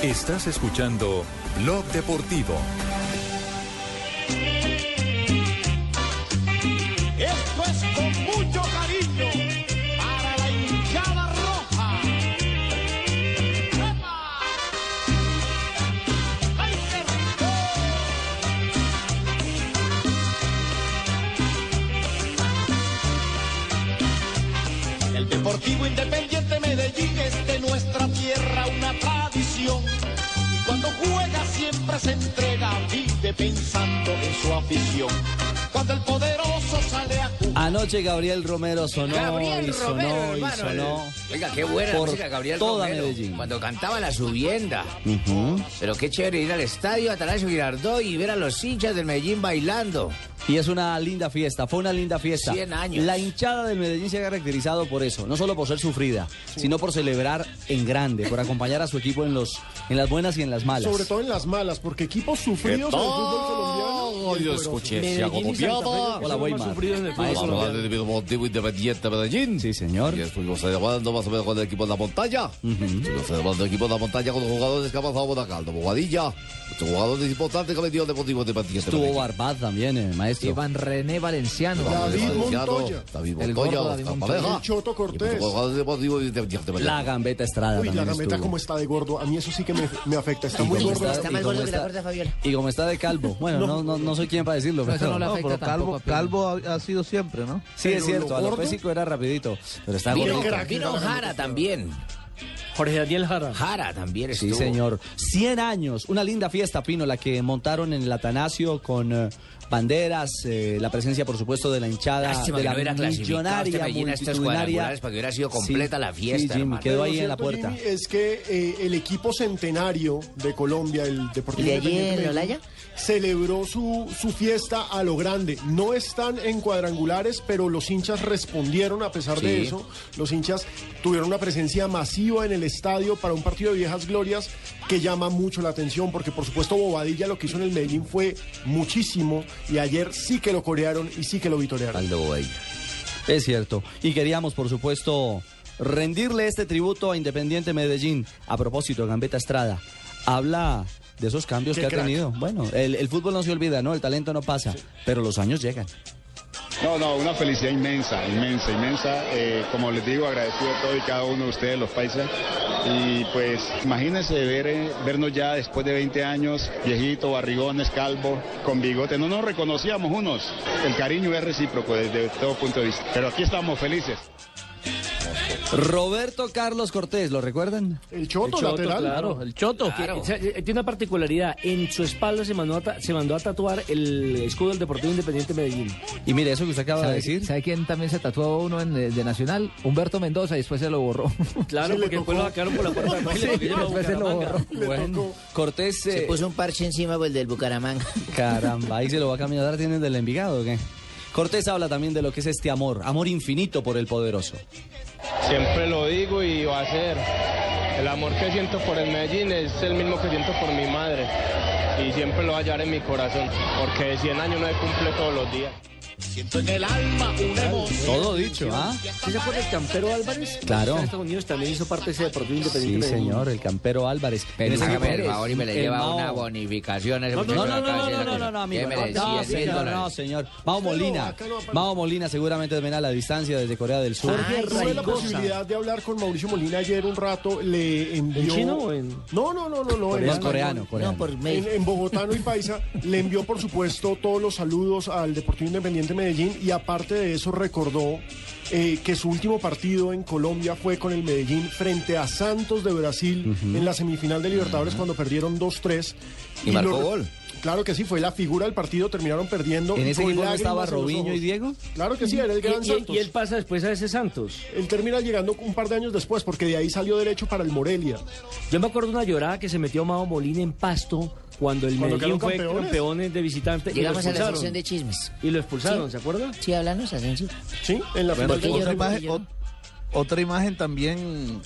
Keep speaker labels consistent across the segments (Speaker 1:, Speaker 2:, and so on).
Speaker 1: Estás escuchando Blog Deportivo.
Speaker 2: Esto es con mucho cariño para la hinchada roja. ¡Epa! ¡Ay, qué rico! El Deportivo Independiente Medellín es de nuestra tierra una tradición. Y cuando juega siempre se entrega, vive pensando en su afición. Cuando el poderoso sale a jugar.
Speaker 3: Anoche Gabriel Romero sonó
Speaker 4: Gabriel
Speaker 3: y sonó
Speaker 4: Romero,
Speaker 3: y
Speaker 4: hermano.
Speaker 3: sonó.
Speaker 4: Oiga, qué buena
Speaker 3: por
Speaker 4: música, Gabriel
Speaker 3: toda
Speaker 4: Romero.
Speaker 3: Medellín.
Speaker 4: Cuando cantaba la subienda. Pero qué chévere ir al estadio Atanasio Girardot y ver a los hinchas del Medellín bailando.
Speaker 3: Y es una linda fiesta, fue una linda fiesta.
Speaker 4: 100 años.
Speaker 3: La hinchada del Medellín se ha caracterizado por eso, no solo por ser sufrida, sino por celebrar en grande, por acompañar a su equipo en los en las buenas y en las malas.
Speaker 5: Sobre todo en las malas, porque equipos
Speaker 2: Oh,
Speaker 5: sufridos del fútbol colombiano. y el
Speaker 6: yo
Speaker 5: poderoso.
Speaker 6: escuché, se agobiada.
Speaker 3: Hola, Weimar. Maestro,
Speaker 6: Hablando del Deportivo Independiente Medellín.
Speaker 3: Sí, señor.
Speaker 6: Y estuvimos celebrando más o menos con el equipo de la montaña. Estuvimos celebrando el equipo de la montaña con los jugadores que ha pasado por acá. El Bobadilla. Los jugadores importantes que ha metido el Deportivo Independiente
Speaker 3: estuvo
Speaker 6: Medellín.
Speaker 3: Barbat también, eh, maestro.
Speaker 4: René Valenciano.
Speaker 5: David
Speaker 6: Valenciano,
Speaker 5: Montoya.
Speaker 6: David
Speaker 4: El
Speaker 6: Montoya,
Speaker 4: gordo David
Speaker 6: Oscar
Speaker 4: Montoya.
Speaker 6: Pareja.
Speaker 5: El Choto Cortés.
Speaker 6: Y, pues, Los jugadores del Deportivo Independiente Medellín.
Speaker 3: La Gambeta Estrada
Speaker 5: Uy, la
Speaker 3: también
Speaker 5: gameta
Speaker 3: estuvo.
Speaker 5: como está de gordo. A mí eso sí que me, me afecta. Está muy
Speaker 3: como
Speaker 5: gordo.
Speaker 3: está- y como está- Y como está de calvo. Bueno, no, no, no soy quien para decirlo. pero-
Speaker 4: no le afecta tampoco, pero-
Speaker 7: ha, ha sido siempre, ¿no?
Speaker 3: Sí, es
Speaker 5: Pero lo
Speaker 3: cierto, a
Speaker 5: gordo-
Speaker 3: Lopésico era rapidito, pero está
Speaker 4: Vino,
Speaker 3: gordito.
Speaker 5: crack,
Speaker 4: vino
Speaker 5: Gabriel
Speaker 4: Jara también.
Speaker 7: Jorge Daniel Jara.
Speaker 4: Jara también
Speaker 3: Sí,
Speaker 4: estuvo.
Speaker 3: señor. 100 años, una linda fiesta, Pino, la que montaron en el Atanasio con eh, banderas, eh, la presencia, por supuesto, de la hinchada,
Speaker 4: Lástima
Speaker 3: de
Speaker 4: que
Speaker 3: la
Speaker 4: no hubiera clasificado este
Speaker 3: millonaria,
Speaker 4: Medellín a estos
Speaker 3: multitudinaria.
Speaker 4: cuadrangulares para que hubiera sido completa
Speaker 3: Sí,
Speaker 4: la fiesta,
Speaker 3: sí, Jimmy,
Speaker 4: hermano.
Speaker 3: quedó
Speaker 5: Pero
Speaker 3: ahí
Speaker 5: lo
Speaker 3: en la
Speaker 5: cierto,
Speaker 3: puerta.
Speaker 5: Jimmy, es que eh, el equipo centenario de Colombia, el Deportivo
Speaker 8: ¿Y de allí
Speaker 5: Independiente
Speaker 8: en
Speaker 5: Medellín,
Speaker 8: Olaya?
Speaker 5: celebró su, su fiesta a lo grande. No están en cuadrangulares, pero los hinchas respondieron a pesar de
Speaker 4: Sí.
Speaker 5: eso. Los hinchas tuvieron una presencia masiva en el estadio para un partido de viejas glorias que llama mucho la atención, porque por supuesto Bobadilla lo que hizo en el Medellín fue muchísimo y ayer sí que lo corearon y sí que lo vitorearon.
Speaker 4: Aldo Bobadilla.
Speaker 3: Es cierto. Y queríamos, por supuesto, rendirle este tributo a Independiente Medellín. A propósito, Gambetta Estrada, habla de esos cambios
Speaker 5: Qué
Speaker 3: que ha
Speaker 5: crack.
Speaker 3: tenido. Bueno, el, el fútbol no se olvida, ¿no? El talento no pasa, pero los años llegan.
Speaker 9: No, no, una felicidad inmensa, inmensa, inmensa. Eh, como les digo, agradecido a todos y cada uno de ustedes, los paisas. Y pues imagínense ver, eh, vernos ya después de 20 años, viejito, barrigones, calvo, con bigote. No nos reconocíamos unos. El cariño es recíproco desde todo punto de vista. Pero aquí estamos felices.
Speaker 3: Roberto Carlos Cortés, ¿lo recuerdan?
Speaker 5: El Choto, lateral.
Speaker 7: claro, el Choto. que,
Speaker 4: Claro.
Speaker 7: o sea, eh, tiene una particularidad. En su espalda se mandó, a ta- se mandó a tatuar el escudo del Deportivo Independiente Medellín.
Speaker 3: Y mire, eso que usted acaba de decir.
Speaker 4: quién también se tatuó uno en, eh, de Nacional? Humberto Mendoza y después se lo borró.
Speaker 7: Claro,
Speaker 5: Sí, le
Speaker 7: porque después
Speaker 5: tocó.
Speaker 7: lo sacaron por la puerta de atrás y lo llevaron a
Speaker 4: después se lo
Speaker 7: Bucaramanga.
Speaker 4: borró.
Speaker 5: Le tocó.
Speaker 3: Cortés, eh,
Speaker 4: Se puso un parche encima pues, del Bucaramanga.
Speaker 3: caramba, ahí se lo va a caminar, tienen del Envigado, ¿o ¿qué? Cortés habla también de lo que es este amor, amor infinito por el poderoso.
Speaker 9: Siempre lo digo y va a ser. El amor que siento por el Medellín es el mismo que siento por mi madre. Y siempre lo va a hallar en mi corazón, porque 100 años no se cumple todos los días.
Speaker 2: Siento en el alma una emoción.
Speaker 3: Todo dicho, ¿ah?
Speaker 7: ¿Sí se acuerda el campero Álvarez?
Speaker 3: Claro.
Speaker 7: En Estados Unidos también hizo parte de ese Deportivo
Speaker 3: Sí,
Speaker 7: Independiente Medellín.
Speaker 3: señor, el campero Álvarez. En ese equipo-
Speaker 4: Ahora me le
Speaker 3: el
Speaker 4: lleva
Speaker 3: Mao-
Speaker 4: una bonificación. a ese
Speaker 7: No, no,
Speaker 3: No,
Speaker 4: muchacho
Speaker 3: no,
Speaker 4: que acaba
Speaker 3: no,
Speaker 4: de
Speaker 3: no,
Speaker 4: decir
Speaker 3: no,
Speaker 4: la
Speaker 3: no, no,
Speaker 4: cosa.
Speaker 3: amigo.
Speaker 4: ¿Qué me
Speaker 3: no,
Speaker 4: decía?
Speaker 3: no,
Speaker 4: Cien
Speaker 3: señor,
Speaker 4: dólares.
Speaker 3: no, señor. Mao
Speaker 5: Acá no,
Speaker 3: Molina.
Speaker 5: acá no Ah, aparece.
Speaker 3: Mao Molina seguramente también a la distancia desde Corea del Sur.
Speaker 7: Jorge
Speaker 5: Tuve la
Speaker 7: Raigosa.
Speaker 5: posibilidad de hablar con Mauricio Molina ayer un rato, le envió...
Speaker 7: chino o en-
Speaker 5: No, no, no, no, no. en
Speaker 3: No, es
Speaker 5: español.
Speaker 3: coreano, coreano.
Speaker 8: No, por
Speaker 5: En,
Speaker 8: mail.
Speaker 5: en bogotano y paisa le envió por supuesto todos los saludos al Deportivo Independiente Medellín y aparte de eso recordó eh, que su último partido en Colombia fue con el Medellín frente a Santos de Brasil en la semifinal de Libertadores cuando perdieron 2-3
Speaker 4: Y marcó
Speaker 5: lo-
Speaker 4: gol.
Speaker 5: Claro que sí, fue la figura del partido, terminaron perdiendo.
Speaker 3: ¿En ese
Speaker 5: con
Speaker 3: equipo no estaba
Speaker 5: lágrimas en los
Speaker 3: Robinho y
Speaker 5: ojos.
Speaker 3: Diego?
Speaker 5: Claro que sí, era el gran
Speaker 7: y,
Speaker 5: Santos.
Speaker 7: y él pasa después a ese Santos.
Speaker 5: Él termina llegando un par de años después, porque de ahí salió derecho para el Morelia.
Speaker 7: Yo me acuerdo una llorada que se metió Mao Molina en pasto cuando el
Speaker 5: Cuando
Speaker 7: Medellín
Speaker 5: quedaron
Speaker 7: fue
Speaker 5: campeones.
Speaker 7: campeones de visitante. y lo
Speaker 4: Llegamos a la
Speaker 7: expulsaron.
Speaker 4: sección de chismes.
Speaker 7: Y lo expulsaron, ¿se acuerda?
Speaker 4: Sí, háblanos, Asensio.
Speaker 5: Sí, en la
Speaker 4: Bueno,
Speaker 5: final.
Speaker 4: que yo-
Speaker 8: Otra
Speaker 5: con-
Speaker 4: Guillermo
Speaker 8: imagen,
Speaker 4: Guillermo.
Speaker 8: ot- otra imagen también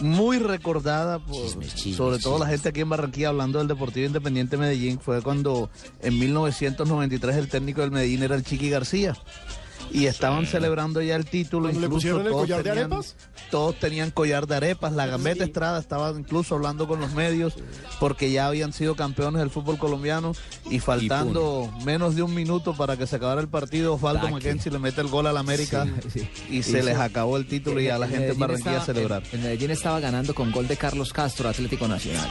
Speaker 8: muy recordada por
Speaker 4: Chismes, chismes,
Speaker 8: sobre todo la
Speaker 4: chismes.
Speaker 8: gente aquí en Barranquilla hablando del Deportivo Independiente Medellín fue cuando en 1993 el técnico del Medellín era el Chiqui García y estaban celebrando ya el título
Speaker 5: ¿Cuando le
Speaker 8: incluso
Speaker 5: pusieron el
Speaker 8: todos
Speaker 5: collar de
Speaker 8: tenían-
Speaker 5: arepas?
Speaker 8: todos tenían collar de arepas la gambeta Estrada estaba incluso hablando con los medios porque ya habían sido campeones del fútbol colombiano y faltando menos de un minuto para que se acabara el partido Osvaldo
Speaker 4: Taque.
Speaker 8: Mackenzie le mete el gol al América
Speaker 10: Sí,
Speaker 8: y se
Speaker 10: Eso-
Speaker 8: les acabó el título
Speaker 7: Eh,
Speaker 8: y a la
Speaker 10: El
Speaker 8: gente en
Speaker 10: Medellín
Speaker 8: Barranquilla a
Speaker 10: estaba-
Speaker 8: celebrar.
Speaker 10: El, el Medellín estaba ganando con gol de Carlos Castro, Atlético Nacional.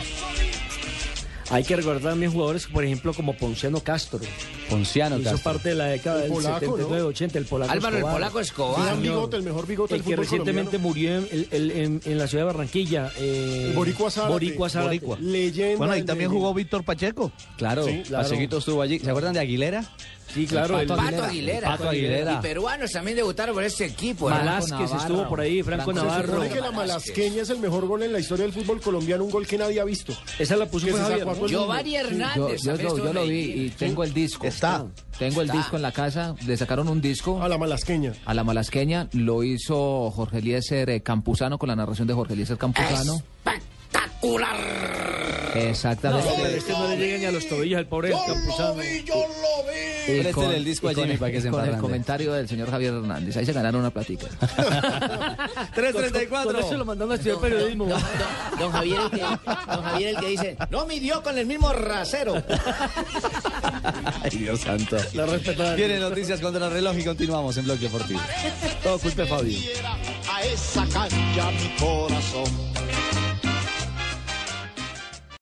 Speaker 7: Hay que recordar también jugadores, por ejemplo, como Ponciano Castro.
Speaker 3: Ponciano
Speaker 7: hizo
Speaker 3: Castro.
Speaker 7: parte de la década del
Speaker 5: El polaco,
Speaker 7: 79-80, el polaco
Speaker 4: Álvaro, el
Speaker 7: Escobar.
Speaker 4: polaco Escobar.
Speaker 5: Gran bigote, el mejor bigote
Speaker 7: El
Speaker 5: del
Speaker 7: que
Speaker 5: fútbol
Speaker 7: recientemente
Speaker 5: colombiano.
Speaker 7: murió en, el- el- en- en la ciudad de Barranquilla. eh,
Speaker 5: Boricua Zárate.
Speaker 7: Boricua Zárate.
Speaker 8: Boricua.
Speaker 5: Leyenda.
Speaker 8: Bueno, ahí
Speaker 5: del
Speaker 8: también
Speaker 5: Medellín.
Speaker 8: jugó Víctor Pacheco.
Speaker 3: Claro,
Speaker 5: Sí, claro.
Speaker 3: Pachequito estuvo allí. ¿Se acuerdan de Aguilera?
Speaker 7: Sí, claro.
Speaker 10: El
Speaker 7: el-
Speaker 10: Pato
Speaker 4: Pato Aguilera.
Speaker 3: Pato Aguilera.
Speaker 4: Y peruanos también debutaron por este equipo. ¿no?
Speaker 7: Velázquez
Speaker 10: Navarro.
Speaker 7: estuvo por ahí, Franco
Speaker 10: Franco
Speaker 5: Se
Speaker 7: Navarro.
Speaker 5: supone que la
Speaker 4: Velázquez.
Speaker 5: malasqueña es el mejor gol en la historia del fútbol colombiano, un gol que nadie ha visto.
Speaker 7: Esa la puso
Speaker 5: Que
Speaker 7: fue
Speaker 5: se
Speaker 7: Javier.
Speaker 5: sacó a
Speaker 7: ¿no?
Speaker 5: todo el mundo.
Speaker 4: Giovanni
Speaker 10: Yo,
Speaker 4: Hernández.
Speaker 10: yo
Speaker 4: también
Speaker 10: lo,
Speaker 4: estuvo
Speaker 10: yo lo vi
Speaker 4: en
Speaker 10: y
Speaker 4: Medellín.
Speaker 10: tengo el disco.
Speaker 8: Está.
Speaker 10: Tengo el
Speaker 7: Ah.
Speaker 4: Está.
Speaker 10: disco en la casa, le sacaron un disco
Speaker 5: A la malasqueña.
Speaker 10: a la malasqueña, lo hizo Jorge Eliezer eh, Campuzano con la narración de Jorge Eliezer Campuzano.
Speaker 4: Espectacular.
Speaker 10: Exactamente.
Speaker 7: Pero este no le llega ni a los tobillos al pobre Campuzano.
Speaker 10: Y
Speaker 7: este
Speaker 3: Préstele el disco a
Speaker 10: y con
Speaker 3: Jimmy
Speaker 10: el-
Speaker 3: para que se
Speaker 10: Con el
Speaker 3: emparrande.
Speaker 10: comentario del señor Javier Hernández. Ahí se ganaron una platica.
Speaker 7: Con eso lo
Speaker 3: 334.
Speaker 7: mandaron a estudiar periodismo.
Speaker 4: Don, don- don Javier, el que, don Javier el que dice, no midió con el mismo rasero.
Speaker 8: Ay, Dios santo.
Speaker 7: La respetada.
Speaker 3: Tiene noticias contra el reloj y continuamos en Bloque Deportivo. Todo culpa de Fabio.
Speaker 2: Quiera a esa cancha mi corazón.